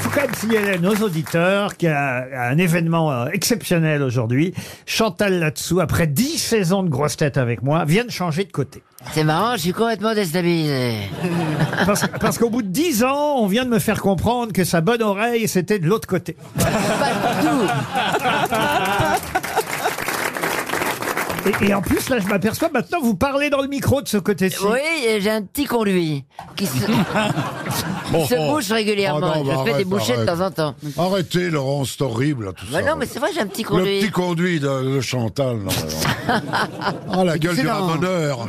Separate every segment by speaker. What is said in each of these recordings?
Speaker 1: faut quand même signaler à nos auditeurs qu'il y a un événement euh, exceptionnel aujourd'hui. Chantal Latsou, après 10 saisons de grosses têtes avec moi, vient de changer de côté.
Speaker 2: C'est marrant, je suis complètement déstabilisé.
Speaker 1: Parce, parce qu'au bout de 10 ans, on vient de me faire comprendre que sa bonne oreille, c'était de l'autre côté. Et, et en plus, là, je m'aperçois, maintenant, vous parlez dans le micro de ce côté-ci.
Speaker 2: Oui, et j'ai un petit conduit qui se, qui se
Speaker 3: oh.
Speaker 2: bouche régulièrement.
Speaker 4: Ah
Speaker 3: Oh non,
Speaker 2: je
Speaker 3: bah
Speaker 2: fais des
Speaker 3: arrête,
Speaker 2: bouchées de
Speaker 3: arrête.
Speaker 2: temps en temps.
Speaker 3: Arrêtez, Laurent, c'est horrible, tout
Speaker 2: Bah
Speaker 3: ça.
Speaker 2: non, mais c'est vrai, j'ai un petit
Speaker 3: le
Speaker 2: conduit.
Speaker 3: petit conduit de, de Chantal. non, non.
Speaker 4: Ah,
Speaker 3: oh, la gueule du
Speaker 2: excellent.
Speaker 3: ramoneur.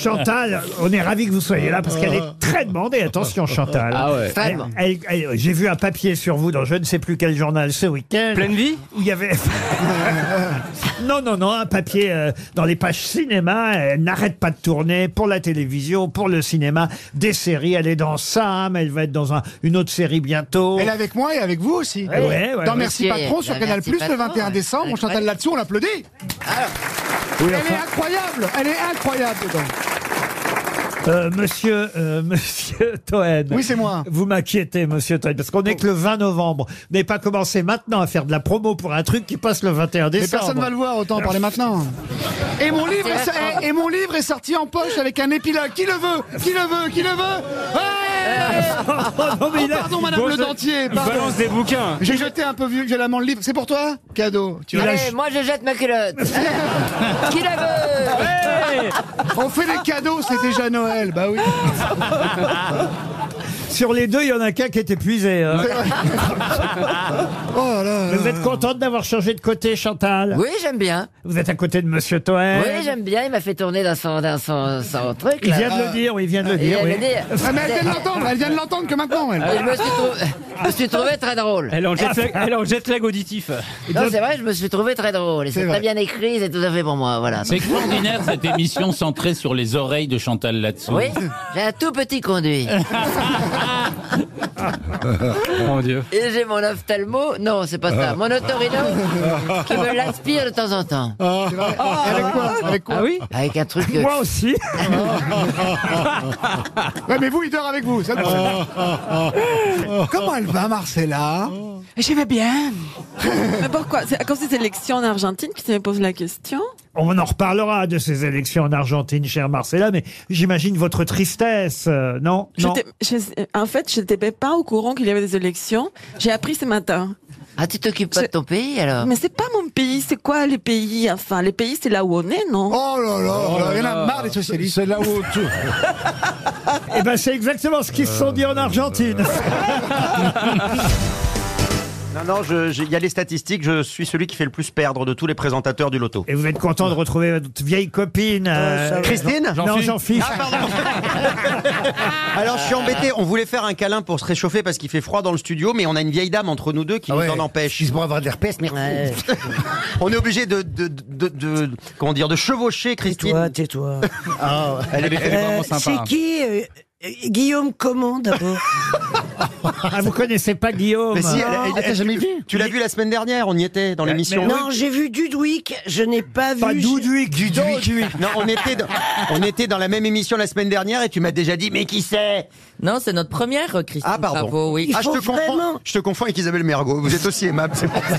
Speaker 1: Chantal, on est ravis que vous soyez là parce qu'elle est très demandée. Attention, Chantal.
Speaker 5: Ah ouais.
Speaker 1: Elle-
Speaker 2: Extrême.
Speaker 1: elle- elle- J'ai vu un papier sur vous dans je ne sais plus quel journal ce week-end.
Speaker 5: Pleine vie
Speaker 1: où il y avait. non, non, non, un papier euh, dans les pages cinéma. Elle n'arrête pas de tourner pour la télévision, pour le cinéma, des séries. Elle est dans Sam, elle va être dans un- une autre série bientôt.
Speaker 6: Elle est avec moi et avec vous aussi.
Speaker 1: Ouais, ouais, ouais.
Speaker 6: dans Merci
Speaker 2: Merci,
Speaker 6: Patron sur
Speaker 2: dans
Speaker 6: Canal
Speaker 2: Merci
Speaker 6: Plus le
Speaker 2: Patron,
Speaker 6: 21
Speaker 2: ouais.
Speaker 6: décembre. On chante
Speaker 2: Incroyable.
Speaker 6: là-dessus, on l'applaudit.
Speaker 1: Oui,
Speaker 6: Elle est
Speaker 1: enfin,
Speaker 6: incroyable. Elle est incroyable dedans.
Speaker 1: euh, monsieur, euh, monsieur Toen.
Speaker 6: Oui, c'est moi.
Speaker 1: Vous m'inquiétez, monsieur Toen, parce qu'on est que le 20 novembre. Vous n'avez pas commencé maintenant à faire de la promo pour un truc qui passe le 21
Speaker 6: Mais
Speaker 1: décembre.
Speaker 6: personne ne va le voir, autant en parler maintenant. Et mon, livre est, so- et- et mon livre est sorti en poche avec un épilogue. Qui le veut Qui le veut Qui le veut Ouais
Speaker 1: Non, mais
Speaker 6: Oh,
Speaker 1: il a-
Speaker 6: Pardon, madame
Speaker 1: Bon,
Speaker 6: le
Speaker 1: je-
Speaker 6: dentier. Pardon.
Speaker 5: Balance des bouquins.
Speaker 6: J'ai jeté un peu violemment le livre. C'est pour toi Cadeau. Tu
Speaker 1: Il a-
Speaker 2: Allez, moi je jette ma culotte. qui la veut
Speaker 6: On fait des cadeaux, c'est déjà Noël. Bah oui.
Speaker 1: Sur les deux, il y en a qu'un qui est épuisé. hein.
Speaker 6: Oh là là.
Speaker 1: Vous êtes contente d'avoir changé de côté, Chantal
Speaker 2: Oui, j'aime bien.
Speaker 1: Vous êtes à côté de Monsieur Toen.
Speaker 2: Oui, j'aime bien. Il m'a fait tourner dans son, dans son, son truc.
Speaker 1: Il
Speaker 2: là.
Speaker 1: vient de le dire, oui, il vient de le
Speaker 2: Euh, Il
Speaker 1: dire.
Speaker 2: vient
Speaker 1: oui.
Speaker 2: de le dire.
Speaker 6: Ah, mais elle vient de l'entendre. Elle vient de l'entendre que maintenant. Elle.
Speaker 2: Et Je me suis, trou- je me suis trouvé très drôle.
Speaker 5: Elle est en jet lag, elle est en jet lag auditif.
Speaker 2: Non, c'est vrai, je me suis trouvé très drôle. Et C'est
Speaker 6: vrai.
Speaker 2: très bien écrit, c'est tout à fait pour moi. Voilà.
Speaker 7: C'est extraordinaire cette émission centrée sur les oreilles de Chantal là-dessous.
Speaker 2: Oui, j'ai un tout petit conduit.
Speaker 5: Mon Dieu.
Speaker 2: Et j'ai mon ophtalmo, non, c'est pas ça, mon otorino qui me l'aspire de temps en temps.
Speaker 6: Avec quoi Avec quoi
Speaker 5: Ah oui
Speaker 2: Avec un truc. euh,
Speaker 1: Moi aussi.
Speaker 6: Ouais, mais vous, il dort avec vous. ça me semble. Comment elle va, Marcella
Speaker 8: Je vais bien. Mais pourquoi C'est à cause des élections en Argentine que tu me poses la question
Speaker 1: On en reparlera de ces élections en Argentine, cher Marcella, mais j'imagine votre tristesse, euh, non Non.
Speaker 8: J'étais- je- En fait, je n'étais pas au courant qu'il y avait des élections. J'ai appris ce matin.
Speaker 2: Ah, tu t'occupes pas de ton pays alors
Speaker 8: Mais c'est pas mon pays, c'est quoi les pays Enfin, les pays, c'est là où on est, non
Speaker 6: Oh là là, il y en a marre des socialistes.
Speaker 3: C'est là où tout.
Speaker 4: Ah
Speaker 1: Eh ben, c'est exactement ce qu'ils se sont dit en Argentine.
Speaker 9: Euh. Non, non, je- je- il y a les statistiques, je suis celui qui fait le plus perdre de tous les présentateurs du loto.
Speaker 1: Et vous êtes content de retrouver votre vieille copine
Speaker 9: Oh,
Speaker 1: euh,
Speaker 9: Christine
Speaker 1: Non, j'en fiche.
Speaker 9: Ah, Alors je suis embêté, on voulait faire un câlin pour se réchauffer parce qu'il fait froid dans le studio, mais on a une vieille dame entre nous deux
Speaker 3: Ah
Speaker 10: Ah
Speaker 9: qui nous en empêche.
Speaker 6: vont avoir de l'air peste, merci.
Speaker 2: Ouais.
Speaker 9: On est obligé de, de, de, de- comment dire, de chevaucher Christine.
Speaker 10: tais-toi.
Speaker 9: Elle est- elle est-
Speaker 10: Euh, c'est qui euh, euh, Guillaume comment d'abord
Speaker 1: Ah, vous connaissez pas Guillaume Ah,
Speaker 9: Mais si, elle- elle-
Speaker 10: Ah,
Speaker 9: elle-
Speaker 6: jamais vu
Speaker 9: tu l'as vu la semaine dernière, on y était dans l'émission.
Speaker 10: Euh, Non, j'ai vu Dudwick, je n'ai pas vu.
Speaker 1: Pas
Speaker 10: je-
Speaker 1: Doudouic, Doudouic.
Speaker 9: Non, on était, dans, on était dans la même émission la semaine dernière et tu m'as déjà dit, mais qui c'est
Speaker 11: Non, c'est notre première, euh, Christine
Speaker 9: Ah, pardon.
Speaker 11: Bravo, oui.
Speaker 10: Il
Speaker 9: Ah, je
Speaker 10: faut
Speaker 9: te
Speaker 10: vraiment-
Speaker 9: confonds, je te confonds avec Isabelle Mergo. Vous êtes aussi aimable, c'est pour ça.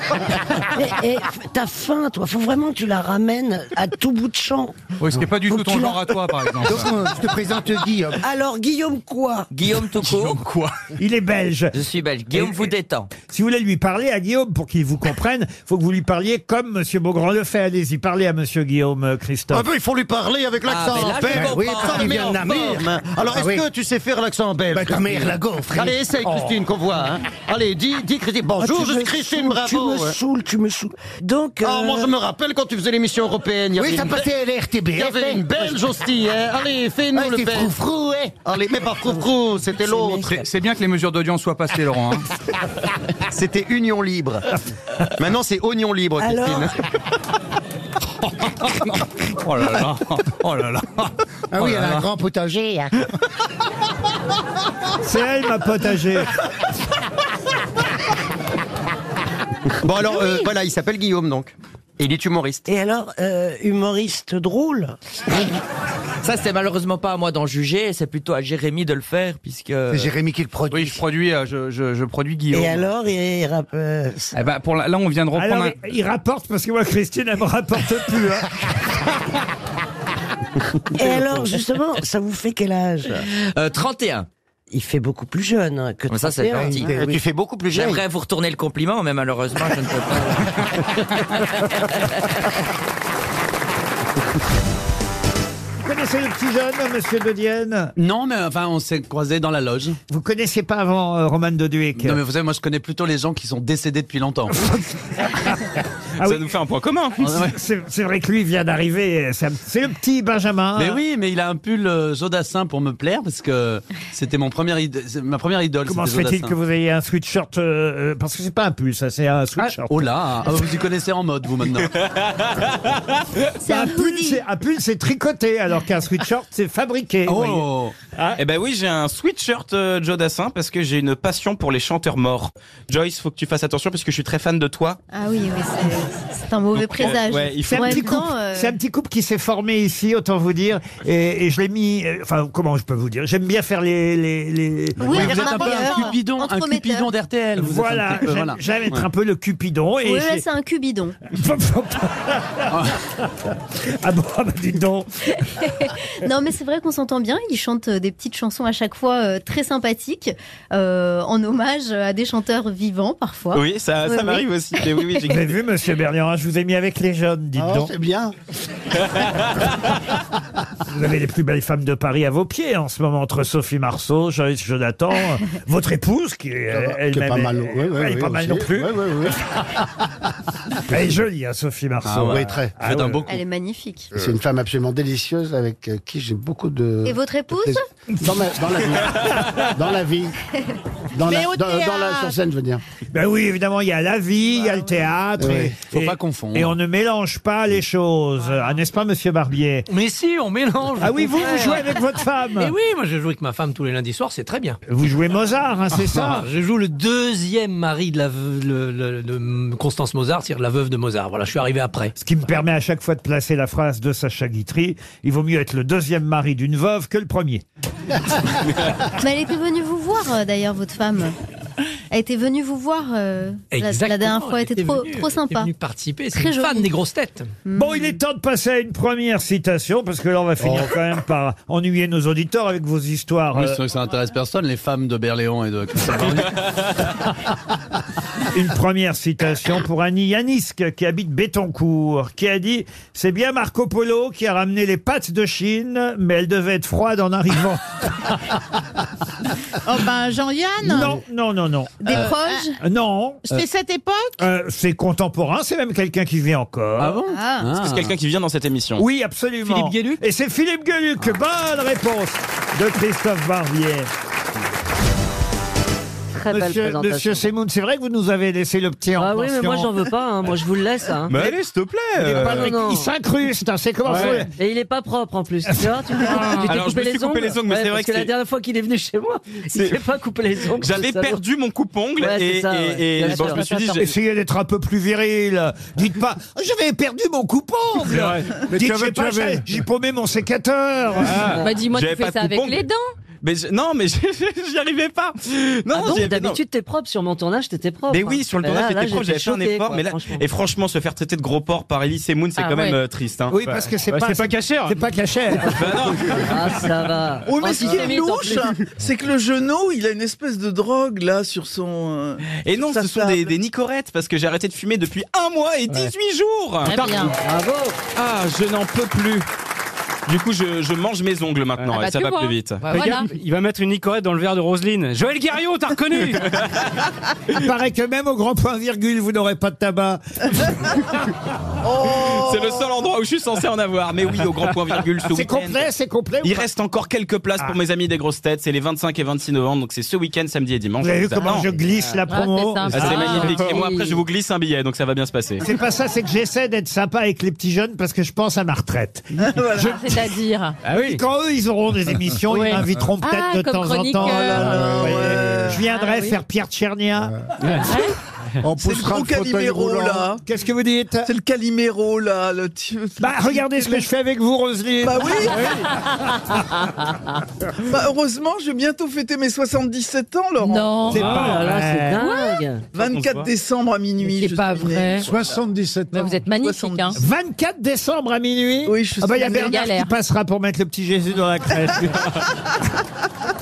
Speaker 10: Mais, eh, f- T'as faim, toi. Faut vraiment que tu la ramènes à tout bout de champ.
Speaker 5: Oui, ce qui n'est pas du
Speaker 10: tout ton genre
Speaker 5: à toi, par exemple.
Speaker 6: euh, je te présente Guillaume.
Speaker 10: Alors, Guillaume quoi
Speaker 11: Guillaume tout court.
Speaker 1: Il est belge.
Speaker 11: Je suis belge. Guillaume vous détend.
Speaker 1: Si vous voulez lui parler à Guillaume pour qu'il vous comprenne, faut que vous lui parliez comme Monsieur Beaugrand le fait. Allez-y, parlez à Monsieur Guillaume euh, Christophe.
Speaker 9: Ah il faut lui parler avec
Speaker 11: l'accent mais là, je belge. comprends. Oui, parce qu'il vient de Namur.
Speaker 9: Alors, est-ce que tu sais faire l'accent belge Christine Allez, essaye, Christine, qu'on voit. hein. Allez, dis, dis, Christine.
Speaker 10: Ah,
Speaker 9: Bonjour,
Speaker 10: tu
Speaker 9: je
Speaker 10: me
Speaker 9: suis Christine,
Speaker 10: saoules, Tu
Speaker 9: bravo.
Speaker 10: me saoules, tu me saoules. Donc,
Speaker 9: Ah,
Speaker 10: euh,
Speaker 9: moi, je me rappelle quand tu faisais l'émission européenne. il y avait une belle-
Speaker 6: à l'RTB.
Speaker 9: Il y avait une belge aussi. hein. Allez, fais-nous
Speaker 6: Ouais,
Speaker 9: le
Speaker 6: c'était
Speaker 9: belge. Allez, mais pas froufrou, c'était l'autre.
Speaker 5: C'est bien que les mesures d'audience soient passées, Laurent. hein.
Speaker 9: C'était Union Libre. Maintenant, c'est Oignon Libre,
Speaker 10: euh, Alors
Speaker 9: Christine.
Speaker 5: Oh là là. Oh là là.
Speaker 6: Ah oui, elle a un grand potager.
Speaker 1: C'est elle, ma potager.
Speaker 9: Bon, alors, euh, voilà, il s'appelle Guillaume, donc. Et il est humoriste.
Speaker 10: Et alors, euh, humoriste drôle
Speaker 11: Ça, c'est malheureusement pas à moi d'en juger, c'est plutôt à Jérémy de le faire, puisque. C'est
Speaker 5: Jérémy qui le produit. Oui, je produis, euh, je, je, je produis Guillaume.
Speaker 10: Et alors, il rappe. euh,
Speaker 5: Eh ben, pour la- là, on vient de reprendre.
Speaker 1: Alors,
Speaker 5: un-
Speaker 1: il il rapporte parce que moi, Christine, elle me rapporte plus. hein.
Speaker 10: Et alors, justement, ça vous fait quel âge
Speaker 11: euh, 31.
Speaker 10: Il fait beaucoup plus jeune hein, que
Speaker 11: Mais ça, c'est
Speaker 10: 31.
Speaker 11: gentil. J'aimerais vous retourner le compliment, mais malheureusement, je ne peux pas.
Speaker 1: Vous connaissez le petit jeune, monsieur De Dienne
Speaker 12: Non, mais enfin, on s'est croisés dans la loge.
Speaker 1: Vous connaissiez pas avant euh, Roman de Duic
Speaker 12: Non, mais vous savez, moi, je connais plutôt les gens qui sont décédés depuis longtemps.
Speaker 1: Ah oui.
Speaker 12: nous fait un point commun.
Speaker 1: C'est c'est vrai que lui vient d'arriver. ça me- C'est le petit Benjamin.
Speaker 12: Mais oui, mais il a un pull euh, Jodassin pour me plaire parce que c'était mon premier id- c'est ma première idole.
Speaker 1: Comment se
Speaker 12: c'était
Speaker 1: fait-il
Speaker 12: Jodassin.
Speaker 1: que vous ayez un sweatshirt euh, euh, Parce que c'est pas un pull, ça, c'est un sweatshirt.
Speaker 12: Oh là, ah, vous y connaissez en mode vous maintenant.
Speaker 1: Bah, un, pull, c'est- un pull, c'est tricoté, alors qu'un sweatshirt, c'est fabriqué.
Speaker 12: Oh.
Speaker 1: vous voyez.
Speaker 10: Ah.
Speaker 13: Eh ben oui, j'ai un sweatshirt euh, Joe Dassin parce que j'ai une passion pour les chanteurs morts. Joyce, faut que tu fasses attention parce que je suis très fan de toi.
Speaker 14: Ah oui, oui, c'est- c'est un mauvais présage.
Speaker 13: ouais, il faut-
Speaker 1: C'est
Speaker 14: En
Speaker 1: un,
Speaker 14: même
Speaker 1: petit couple,
Speaker 14: temps, euh,
Speaker 1: c'est un petit couple qui s'est formé ici, autant vous dire. Et, et je l'ai mis. euh, Enfin, comment je peux vous dire J'aime bien faire les. les, les-
Speaker 12: Oui, vous êtes un peu un cupidon, un cupidon d'RTL. vous êtes un
Speaker 1: Voilà,
Speaker 12: petit peu,
Speaker 1: j'aime
Speaker 12: voilà.
Speaker 1: j'aime être
Speaker 12: Ouais.
Speaker 1: un peu le cupidon. Et
Speaker 14: oui,
Speaker 1: j'ai-
Speaker 14: ouais, c'est un cubidon.
Speaker 1: ah bon, ah bah, dites donc.
Speaker 14: non, mais c'est vrai qu'on s'entend bien. Il chante euh, des petites chansons à chaque fois euh, très sympathiques, euh, en hommage à des chanteurs vivants parfois.
Speaker 13: Oui, ça,
Speaker 14: Oui,
Speaker 13: ça
Speaker 14: oui.
Speaker 13: m'arrive aussi. Mais oui, oui,
Speaker 1: Vous avez vu, monsieur Bernier, je vous ai mis avec les jeunes,
Speaker 3: Ah
Speaker 1: dites
Speaker 4: Ah,
Speaker 1: donc.
Speaker 6: c'est bien.
Speaker 1: Vous avez les plus belles femmes de Paris à vos pieds en ce moment, entre Sophie Marceau, Joyce Jonathan, euh, votre épouse, qui est euh,
Speaker 3: Qui est
Speaker 1: elle-même.
Speaker 3: pas mal,
Speaker 1: euh,
Speaker 3: oui, oui,
Speaker 1: elle est
Speaker 3: oui,
Speaker 1: pas mal
Speaker 3: aussi.
Speaker 1: non plus.
Speaker 3: Oui, oui, oui.
Speaker 1: Elle est jolie, hein, Sophie Marceau.
Speaker 3: Ah ouais. Oui, très.
Speaker 1: Ah
Speaker 3: Faites un
Speaker 1: ouais.
Speaker 3: beau coup.
Speaker 14: Elle est magnifique.
Speaker 3: C'est une femme absolument délicieuse avec euh, qui j'ai beaucoup de.
Speaker 14: Et votre épouse
Speaker 3: dans, ma- dans la vie. Dans la vie. Dans
Speaker 14: Mais
Speaker 3: la,
Speaker 14: au
Speaker 3: dans, dans la
Speaker 14: théâtre.
Speaker 3: sur scène, je veux dire.
Speaker 1: Ben oui, évidemment, il y a la vie, il y a le théâtre.
Speaker 3: Ah Oui.
Speaker 1: Faut pas confondre. Et on ne mélange pas les choses. Ah, n'est-ce pas, monsieur Barbier
Speaker 15: Mais si, on mélange.
Speaker 1: Ah
Speaker 15: au
Speaker 1: oui, vous, vous
Speaker 15: contraire.
Speaker 1: jouez avec votre femme.
Speaker 15: Eh oui, moi je joue avec ma femme tous les lundis soirs, c'est très bien.
Speaker 1: Vous jouez Mozart, hein, c'est ça
Speaker 15: Je joue le deuxième mari de, la, veuve- le- le- de Constance Mozart, c'est-à-dire la veuve de Mozart. Voilà, je suis arrivé après.
Speaker 1: Ce qui me permet à chaque fois de placer la phrase de Sacha Guitry il vaut mieux être le deuxième mari d'une veuve que le premier.
Speaker 14: mais elle était venue vous voir euh, d'ailleurs, votre femme. Elle était venue vous voir euh, la,
Speaker 15: Exactement,
Speaker 14: la dernière fois. Elle était, trop, trop
Speaker 15: Elle est
Speaker 14: sympa.
Speaker 15: venue participer, c'est
Speaker 14: Très
Speaker 15: une fan
Speaker 14: jolie.
Speaker 15: des grosses têtes.
Speaker 1: Bon, il est temps de passer à une première citation, parce que là, on va finir quand même par ennuyer nos auditeurs avec vos histoires.
Speaker 12: Oui,
Speaker 1: euh,
Speaker 12: c'est vrai que ça intéresse personne, les femmes de Berléon et de Christophe Barbier.
Speaker 1: une première citation pour Annie Yanisk, qui habite Bétoncourt, qui a dit « C'est bien Marco Polo qui a ramené les pâtes de Chine, mais elles devaient être froides en arrivant.
Speaker 16: Oh ben, Jean-Yann »
Speaker 1: Non, non, non, non.
Speaker 16: Des proches
Speaker 1: euh, Non.
Speaker 16: C'était cette époque
Speaker 1: Euh, c'est contemporain, c'est même quelqu'un qui vit encore. Ah bon
Speaker 16: Ah.
Speaker 13: Est-ce que c'est quelqu'un qui vient dans cette émission
Speaker 1: Oui, absolument.
Speaker 13: Philippe
Speaker 1: Gueluc Et c'est Philippe Gueluc.
Speaker 17: Ah.
Speaker 1: Bonne réponse de Christophe Barbier.
Speaker 17: Très belle
Speaker 1: Monsieur,
Speaker 17: présentation.
Speaker 1: monsieur Semoun, c'est vrai que vous nous avez laissé le petit en
Speaker 17: Hein Ah oui, mais
Speaker 1: pension.
Speaker 17: moi j'en veux pas, hein. moi je vous le laisse. Hein.
Speaker 1: Mais allez,
Speaker 13: s'il te plaît
Speaker 1: Il est pas-
Speaker 17: Non, non.
Speaker 1: il s'incruste, hein, c'est comment
Speaker 17: Ouais.
Speaker 1: ça
Speaker 17: Et il est pas propre en plus. Tu vois, tu, tu t'es
Speaker 13: Alors, je
Speaker 17: coupé,
Speaker 13: me suis
Speaker 17: les
Speaker 13: coupé les ongles, mais
Speaker 17: Ouais,
Speaker 13: c'est vrai
Speaker 17: parce
Speaker 13: que
Speaker 17: la
Speaker 13: c'est-
Speaker 17: dernière fois qu'il est venu chez moi, il s'est pas coupé les ongles.
Speaker 13: J'avais
Speaker 17: ce salaud.
Speaker 13: perdu mon coupe-ongle
Speaker 17: Ouais,
Speaker 13: et,
Speaker 17: c'est ça, ouais.
Speaker 13: et- et-
Speaker 17: Bien
Speaker 13: bon,
Speaker 17: sûr.
Speaker 13: je me suis dit, j'ai-
Speaker 1: Essayez d'être un peu plus viril. Dites pas, Oh, j'avais perdu mon
Speaker 13: C'est
Speaker 1: coupon.
Speaker 13: vrai. Mais
Speaker 1: Dites,
Speaker 13: tu
Speaker 1: je
Speaker 13: avais-
Speaker 1: sais pas,
Speaker 13: tu avais-
Speaker 1: j'ai j'ai paumé mon sécateur.
Speaker 13: Ah.
Speaker 17: Bah, dis-moi, tu
Speaker 13: J'avais
Speaker 17: fais
Speaker 13: pas de
Speaker 17: ça avec
Speaker 13: coupe-ongle.
Speaker 17: les dents.
Speaker 13: Mais je- non, mais j'y arrivais pas. Non,
Speaker 17: Ah bon,
Speaker 13: j'y arrivais- non.
Speaker 17: d'habitude t'es propre sur mon tournage, t'étais propre.
Speaker 13: Mais
Speaker 17: hein.
Speaker 13: oui, sur le
Speaker 17: Mais là-
Speaker 13: tournage,
Speaker 17: là,
Speaker 13: j'étais proche,
Speaker 17: j'étais
Speaker 13: j'avais fait un
Speaker 17: choqué,
Speaker 13: effort,
Speaker 17: quoi,
Speaker 13: mais là,
Speaker 17: franchement.
Speaker 13: et franchement, se faire traiter de gros porc par Elise et Moon, c'est
Speaker 17: Ah
Speaker 13: quand même
Speaker 17: ouais.
Speaker 13: euh, triste. Hein.
Speaker 1: Oui, parce que c'est pas, C'est pas cachère.
Speaker 17: Ah, ça va.
Speaker 18: Oui, mais
Speaker 17: Oh,
Speaker 18: ce qui
Speaker 17: tu t'es
Speaker 18: est
Speaker 17: mis en
Speaker 18: louche, hein,
Speaker 17: plus.
Speaker 18: c'est que le genou, il a une espèce de drogue là sur son. euh,
Speaker 13: Et non,
Speaker 18: sa
Speaker 13: ce sont des,
Speaker 18: table.
Speaker 13: des nicorettes parce que j'ai arrêté de fumer depuis un mois et 18 jours.
Speaker 17: Eh
Speaker 18: Très bien.
Speaker 13: Bravo. Ah, je n'en peux plus. Du coup, je, je mange mes ongles maintenant
Speaker 19: Ah bah,
Speaker 13: et ça
Speaker 19: tu
Speaker 13: va
Speaker 19: vois.
Speaker 17: hein.
Speaker 13: plus vite.
Speaker 19: Bah, Regarde, Il va mettre une nicorette dans le verre de Roselyne. Joël Guerriot, t'as reconnu
Speaker 1: Il paraît que même au grand point virgule, vous n'aurez pas de tabac.
Speaker 13: C'est le seul endroit où je suis censé en avoir. Mais oui, au grand point virgule ce
Speaker 1: C'est
Speaker 13: week-end.
Speaker 1: complet, c'est complet. ou
Speaker 13: Il
Speaker 1: pas
Speaker 13: reste encore quelques places
Speaker 20: Ah.
Speaker 13: pour mes amis des grosses têtes. C'est les 25 et 26 novembre, donc c'est ce week-end, samedi et dimanche.
Speaker 1: Vous avez vu
Speaker 13: Je vous
Speaker 1: comment
Speaker 13: attends.
Speaker 1: je glisse hein. la promo
Speaker 13: Ah, c'est magnifique. Et moi, après, je vous glisse un billet, donc ça va bien se passer.
Speaker 1: C'est pas ça, c'est que j'essaie d'être sympa avec les petits jeunes parce que je pense à ma retraite. Je-
Speaker 6: Ah,
Speaker 16: C'est-à-dire
Speaker 13: Ah
Speaker 1: Et Quand eux, ils auront des émissions,
Speaker 16: Ouais.
Speaker 1: ils m'inviteront
Speaker 16: Ah,
Speaker 1: peut-être de
Speaker 16: comme
Speaker 1: temps euh, en temps.
Speaker 16: chroniqueur.
Speaker 1: là, là, là,
Speaker 16: Ah,
Speaker 1: vous voyez.
Speaker 16: ouais.
Speaker 1: Je viendrai
Speaker 16: Ah, oui.
Speaker 1: faire Pierre Tchernia.
Speaker 21: On
Speaker 6: C'est le
Speaker 21: poussera
Speaker 6: gros
Speaker 21: le fauteuil
Speaker 6: Calimero,
Speaker 21: roulant.
Speaker 6: là.
Speaker 1: Qu'est-ce que vous dites
Speaker 6: C'est le Calimero, là. Le...
Speaker 1: Bah, regardez ce que je fais avec vous, Roselyne.
Speaker 6: Bah oui Bah, heureusement, je vais bientôt fêter mes 77 ans, Laurent.
Speaker 2: Non.
Speaker 21: C'est pas Ah, là, c'est vrai. dingue.
Speaker 6: Quoi 24 décembre à minuit.
Speaker 21: Mais c'est
Speaker 6: je
Speaker 21: pas
Speaker 6: suis née.
Speaker 21: vrai. 77
Speaker 6: Voilà.
Speaker 14: vous êtes magnifique, hein.
Speaker 1: 24 décembre à minuit
Speaker 6: Oui, je
Speaker 1: Ah bah, il y a
Speaker 6: suis née.
Speaker 1: Bernard qui passera pour mettre le petit Jésus dans la crèche.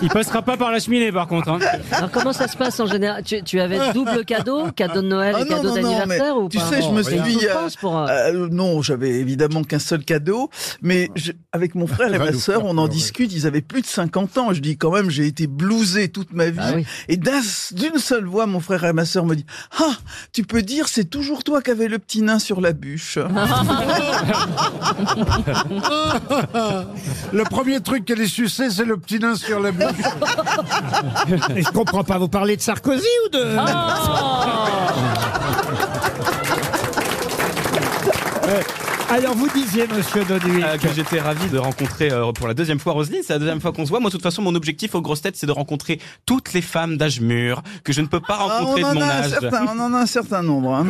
Speaker 20: Il passera pas par la cheminée, par contre. hein.
Speaker 2: Alors comment ça se passe en général tu, tu avais double cadeau, cadeau de Noël
Speaker 6: Ah
Speaker 2: et cadeau d'anniversaire
Speaker 6: mais
Speaker 2: ou
Speaker 6: tu
Speaker 2: pas
Speaker 6: sais, je me
Speaker 2: Il y a une
Speaker 6: suis dit, euh,
Speaker 2: souffrance pour, euh,
Speaker 13: Ah.
Speaker 6: euh, non, j'avais évidemment qu'un seul cadeau, mais je- avec mon frère et ma sœur, on en discute. Ils avaient plus de 50 ans. Je dis quand même, j'ai été blousé toute ma vie.
Speaker 13: Ah
Speaker 6: Et d'un- d'une seule voix, mon frère et ma sœur me disent, ah, tu peux dire, c'est toujours toi qui avais le petit nain sur la bûche.
Speaker 13: Ah.
Speaker 21: Le premier truc qu'elle est sucée, c'est le petit nain sur la bouche.
Speaker 1: Mais je comprends pas, vous parlez de Sarkozy ou de...
Speaker 20: Oh.
Speaker 1: Euh, Alors vous disiez, monsieur Doduy,
Speaker 20: Ah,
Speaker 13: Euh, que j'étais ravi de rencontrer euh, pour la deuxième fois Roselyne. C'est la deuxième fois qu'on se voit. Moi, de toute façon, mon objectif aux grosses têtes, c'est de rencontrer toutes les femmes d'âge mûr que je ne peux pas
Speaker 6: Ah,
Speaker 13: rencontrer
Speaker 6: on,
Speaker 13: de
Speaker 6: en
Speaker 13: mon
Speaker 6: a un
Speaker 13: âge.
Speaker 6: certain, on en a un certain nombre. hein.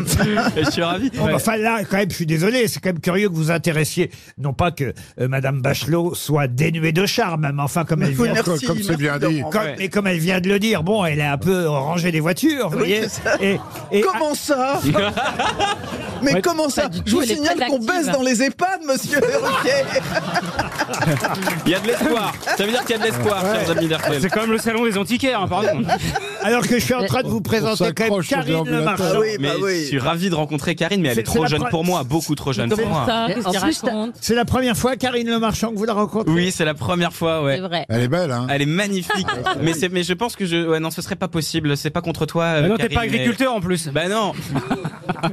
Speaker 13: Et je suis ravi.
Speaker 1: Oh, bah, Enfin là, quand même, je suis désolé, c'est quand même curieux que vous vous intéressiez, non pas que euh, Madame Bachelot soit dénuée de charme, hein, mais enfin comme elle
Speaker 21: Oui,
Speaker 1: vient,
Speaker 21: merci, Comme c'est bien merci, dit. Laurent.
Speaker 1: Comme-
Speaker 21: Ouais.
Speaker 1: mais comme elle vient de le dire, bon, elle a un peu rangé les voitures, vous
Speaker 6: Oui,
Speaker 1: voyez.
Speaker 6: c'est ça.
Speaker 1: Et, et-
Speaker 6: Comment ça Mais
Speaker 1: Ouais.
Speaker 6: comment ça
Speaker 1: Pas du
Speaker 6: Je vous
Speaker 1: tout, elle est
Speaker 6: signale
Speaker 1: très
Speaker 6: qu'on
Speaker 1: active.
Speaker 6: baisse dans les EHPAD, monsieur Ruquier.
Speaker 13: Il y a de l'espoir. Ça veut dire qu'il y a de l'espoir,
Speaker 20: Ouais.
Speaker 13: chers amis d'RTL.
Speaker 20: C'est quand même le salon des antiquaires, hein, pardon.
Speaker 1: alors que je suis en train de vous présenter quand même
Speaker 13: s'accroche aux
Speaker 1: Karine Le
Speaker 6: Bah
Speaker 13: ambulateurs.
Speaker 1: Marchand.
Speaker 13: mais je suis ravi de rencontrer Karine, mais elle
Speaker 1: C'est-
Speaker 13: est,
Speaker 1: c'est
Speaker 13: trop
Speaker 1: la
Speaker 13: jeune
Speaker 1: pre-
Speaker 13: pour moi, beaucoup trop jeune pour moi.
Speaker 1: Mais en
Speaker 2: qu'est-ce
Speaker 1: plus,
Speaker 2: qu'il raconte
Speaker 1: C'est la première fois, Karine Le Marchand, que vous la rencontrez
Speaker 13: Oui, c'est la première fois, ouais.
Speaker 14: C'est vrai.
Speaker 13: Elle est belle, hein. Elle est magnifique. mais c'est, mais je pense que je, ouais, non, ce serait pas possible. C'est pas contre toi. euh,
Speaker 20: Bah non, t'es
Speaker 13: Karine,
Speaker 20: pas
Speaker 13: mais-
Speaker 20: agriculteur en plus.
Speaker 13: Bah non.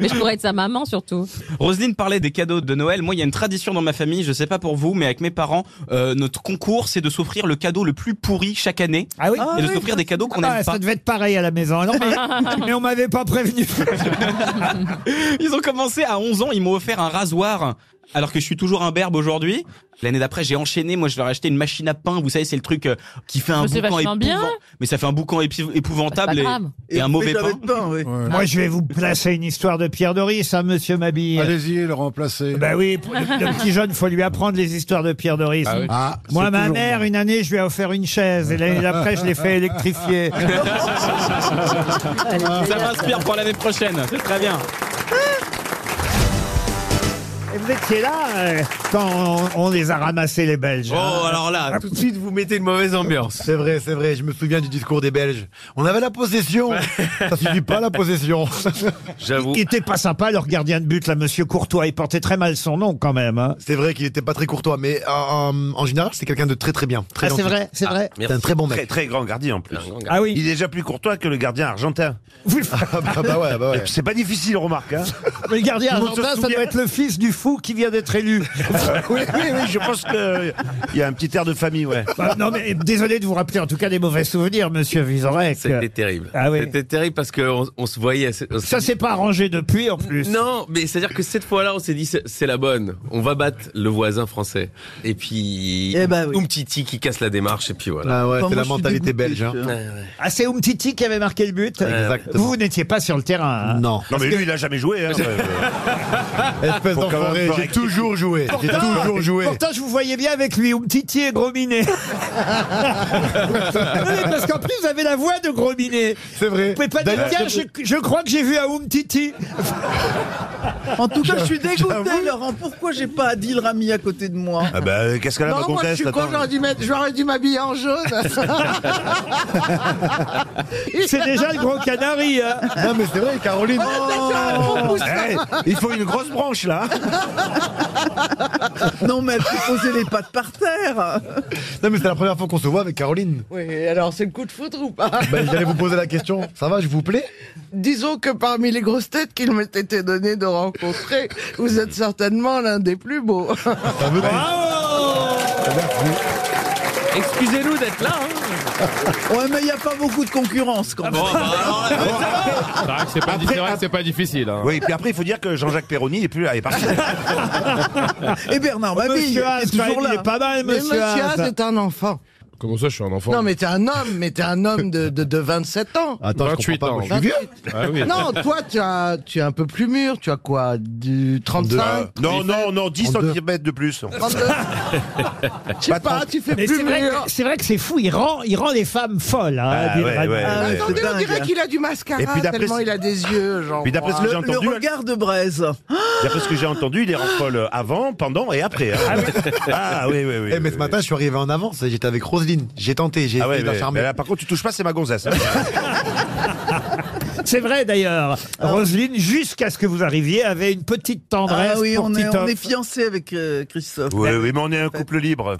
Speaker 14: Mais je pourrais être sa maman surtout.
Speaker 13: Roselyne parlait des cadeaux de Noël. Moi, il y a une tradition dans ma famille, je sais pas pour vous, mais avec mes parents, euh, notre concours, c'est de s'offrir le cadeau le plus pourri chaque année.
Speaker 1: Ah oui
Speaker 13: Et de s'offrir des cadeaux qu'on
Speaker 1: Ah,
Speaker 13: aime
Speaker 1: Ça
Speaker 13: pas.
Speaker 1: devait être pareil à la maison. Non, mais, mais on m'avait pas prévenu.
Speaker 13: Ils ont commencé à 11 ans, ils m'ont offert un rasoir. Alors que je suis toujours un berbe aujourd'hui. L'année d'après, j'ai enchaîné. Moi, je leur ai acheté une machine à pain. Vous savez, c'est le truc euh, qui fait un
Speaker 14: Mais c'est
Speaker 13: boucan
Speaker 14: vachement
Speaker 13: épouvant-
Speaker 14: bien.
Speaker 13: Mais ça fait un boucan épi-
Speaker 14: Bah,
Speaker 13: épouvantable
Speaker 14: c'est
Speaker 13: et,
Speaker 14: pas grave.
Speaker 13: et un mauvais pain.
Speaker 1: Moi, je vais vous placer une histoire de Pierre Doris, hein, monsieur Mabille.
Speaker 21: Allez-y, le remplacer.
Speaker 4: Bah,
Speaker 1: Ben oui, pour le, le petit jeune, faut lui apprendre les histoires de Pierre Doris.
Speaker 21: Ah oui. Ah,
Speaker 1: Moi,
Speaker 21: c'est
Speaker 1: ma
Speaker 21: toujours
Speaker 1: mère, une année, je lui ai offert une chaise. Et l'année d'après, je l'ai fait électrifier.
Speaker 13: Ça m'inspire pour l'année prochaine. C'est très bien.
Speaker 1: Et vous étiez là euh, quand on, on les a ramassés, les
Speaker 22: Ah.
Speaker 1: Belges.
Speaker 13: Oh,
Speaker 1: hein.
Speaker 4: là, tout de suite, vous mettez une mauvaise ambiance. C'est vrai, c'est vrai. Je me souviens du discours des Belges. On avait la possession. Ça suffit pas la possession. J'avoue.
Speaker 1: Qui était pas sympa, leur gardien de but, là, monsieur Courtois. Il portait très mal son nom, quand même. hein.
Speaker 4: C'est vrai qu'il était pas très courtois, mais euh, en général, c'est quelqu'un de très très bien. Très
Speaker 1: Ah, c'est
Speaker 4: gentil.
Speaker 1: vrai, c'est vrai.
Speaker 4: C'est un très bon
Speaker 22: Très,
Speaker 4: mec.
Speaker 22: très grand gardien en plus.
Speaker 1: Ah oui.
Speaker 22: Il est déjà plus courtois que le gardien argentin.
Speaker 4: Ah, bah, bah ouais, bah ouais.
Speaker 22: C'est pas difficile, remarque. hein.
Speaker 1: Mais le gardien
Speaker 22: Tout le monde se
Speaker 1: argentin, ça
Speaker 22: souvient.
Speaker 1: doit être le fils du fou qui vient d'être élu.
Speaker 22: oui, oui, oui, je pense qu'il y a un petit air de famille, ouais.
Speaker 1: Bah, non, mais désolé de vous rappeler, en tout cas, des mauvais souvenirs, monsieur Vizorek.
Speaker 4: C'était
Speaker 9: terrible.
Speaker 1: Ah oui.
Speaker 9: C'était terrible parce qu'on on se voyait. on s'est
Speaker 1: Ça
Speaker 9: dit-
Speaker 1: s'est pas arrangé depuis, en plus.
Speaker 9: Non, mais c'est-à-dire que cette fois-là, on s'est dit, c'est- c'est la bonne. On va battre le voisin français. Et puis,
Speaker 6: Eh bah
Speaker 9: Umtiti qui casse la démarche, et puis voilà.
Speaker 4: Ah ouais, c'est la mentalité belge. hein.
Speaker 1: Ah, c'est Umtiti qui avait marqué le but.
Speaker 4: Exactement.
Speaker 1: Vous n'étiez pas sur le terrain. hein.
Speaker 4: Non.
Speaker 22: Non, mais lui, il a jamais joué. hein.
Speaker 4: Espèce
Speaker 22: Faut quand même
Speaker 4: d'enfoiré,
Speaker 22: pas
Speaker 4: j'ai
Speaker 22: rectifier.
Speaker 4: toujours joué. J'ai
Speaker 1: Pourtant-
Speaker 4: toujours joué.
Speaker 1: Pourtant, je vous voyais bien avec lui, Umtiti et Gros Minet. Non, mais parce qu'en plus, vous avez la voix de Gros Minet.
Speaker 4: C'est vrai.
Speaker 1: Vous pouvez pas dire,
Speaker 4: D'ailleurs,
Speaker 1: tiens, je,
Speaker 4: je-
Speaker 1: je crois que j'ai vu un Umtiti.
Speaker 6: En tout cas, je suis dégoûté,
Speaker 4: J'avoue.
Speaker 6: Laurent. Pourquoi j'ai pas Adil Rami à côté de moi
Speaker 22: Ah bah, euh, qu'est-ce qu'elle a ma
Speaker 6: Non, moi, je
Speaker 22: comtesse
Speaker 6: suis
Speaker 22: là-dedans
Speaker 6: con, j'aurais
Speaker 23: dû mettre- J'aurais dû m'habiller en jaune.
Speaker 1: C'est déjà le Gros Canari. hein.
Speaker 4: Non, mais c'est vrai, Caroline. Oh.
Speaker 22: Eh, Il faut une grosse branche, là.
Speaker 6: Non, mais elle peut poser les pattes par terre.
Speaker 4: Non, mais c'est la première fois qu'on se voit avec Caroline.
Speaker 23: Oui, alors c'est le coup de foudre ou pas
Speaker 4: Ben, j'allais vous poser la question. Ça va, je vous plaît
Speaker 23: Disons que parmi les grosses têtes qu'il m'ait été donné de rencontrer, vous êtes certainement l'un des plus beaux.
Speaker 9: Excusez-nous d'être là.
Speaker 6: Ouais, mais il n'y a pas beaucoup de concurrence quand même.
Speaker 13: Oh, bah,
Speaker 22: C'est pas, difficile.
Speaker 9: hein.
Speaker 22: Oui, puis après, il faut dire que Jean-Jacques Perroni n'est plus là. Il est parti.
Speaker 6: Et Bernard
Speaker 1: Oh,
Speaker 6: Mabille
Speaker 1: monsieur Haas,
Speaker 6: Eh, est
Speaker 1: quand
Speaker 6: toujours
Speaker 1: même,
Speaker 6: là.
Speaker 1: il est pas mal,
Speaker 23: Mais
Speaker 1: monsieur
Speaker 23: monsieur
Speaker 1: Haas.
Speaker 23: Haas est un enfant.
Speaker 9: Comment ça, je suis un enfant
Speaker 6: Non, mais t'es un homme, mais t'es un homme de, de, de 27 ans.
Speaker 9: Attends, je 28 comprends pas, moi, je suis vieux. Ah oui.
Speaker 6: Non, toi, tu, as, tu es un peu plus mûr, tu as quoi Du 35
Speaker 9: Non, non, non, 10
Speaker 6: 32.
Speaker 9: cm de plus.
Speaker 4: Eh,
Speaker 6: 32. Je sais pas, Ah, tu fais
Speaker 1: Mais
Speaker 6: plus
Speaker 1: c'est vrai,
Speaker 6: mûr.
Speaker 1: que- c'est vrai que c'est fou, il rend, il rend les femmes folles. hein,
Speaker 9: Ah,
Speaker 1: Bill
Speaker 9: ouais,
Speaker 1: Radner.
Speaker 9: ouais, ouais.
Speaker 6: Attendez,
Speaker 9: C'est
Speaker 6: on dirait qu'il a du mascara
Speaker 9: Et puis d'après
Speaker 6: Ah, tellement
Speaker 9: ce-
Speaker 6: il a des yeux, genre.
Speaker 9: Puis d'après ce que j'ai entendu,
Speaker 6: Le
Speaker 9: elle-
Speaker 6: regard de braise.
Speaker 9: D'après ce que j'ai entendu, il est en folle avant, pendant et après. hein. Ah oui, oui, oui.
Speaker 4: Eh, mais ce matin, je suis arrivé en avance. J'étais avec Roselyne. J'ai tenté, j'ai
Speaker 9: Ah ouais,
Speaker 4: essayé d'en
Speaker 9: mais,
Speaker 4: charmer.
Speaker 9: mais là, par contre, tu touches pas, c'est ma gonzesse. hein.
Speaker 1: C'est vrai d'ailleurs,
Speaker 6: Ah.
Speaker 1: Roselyne, jusqu'à ce que vous arriviez, avait une petite tendresse
Speaker 24: Ah oui,
Speaker 1: pour
Speaker 24: on est, on
Speaker 1: Titoff.
Speaker 24: est fiancés avec euh, Christophe.
Speaker 9: Oui, oui, mais on est un couple libre.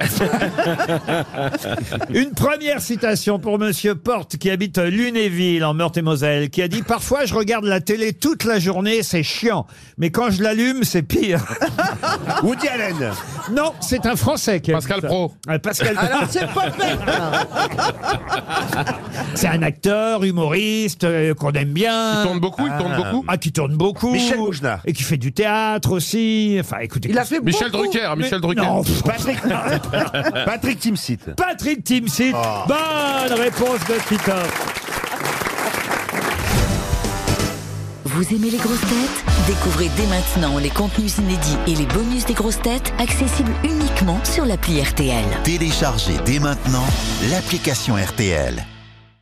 Speaker 1: Une première citation pour Monsieur Porte, qui habite Lunéville, en Meurthe-et-Moselle, qui a dit « Parfois, je regarde la télé toute la journée, c'est chiant. Mais quand je l'allume, c'est pire. »
Speaker 9: Woody Allen
Speaker 1: Non, c'est un Français qui a dit
Speaker 9: Pascal
Speaker 1: ça.
Speaker 9: Praud.
Speaker 1: Ah, Pascal
Speaker 6: Alors, c'est pas bête.
Speaker 1: C'est un acteur, humoriste, euh, qu'on aime bien.
Speaker 9: Qui tourne beaucoup, il tourne beaucoup
Speaker 1: Ah, qui tourne beaucoup.
Speaker 9: Michel Bougenat.
Speaker 1: Et qui fait du théâtre aussi. Enfin, écoutez.
Speaker 6: Il a fait
Speaker 9: Michel beaucoup. Drucker,
Speaker 1: Mais-
Speaker 9: Michel Drucker.
Speaker 1: Non, pff,
Speaker 9: Patrick, Patrick Timsit.
Speaker 1: Patrick Timsit. Bonne réponse de Titoff.
Speaker 25: Vous aimez les grosses têtes Découvrez dès maintenant les contenus inédits et les bonus des grosses têtes accessibles uniquement sur l'appli RTL.
Speaker 13: Téléchargez dès maintenant l'application RTL.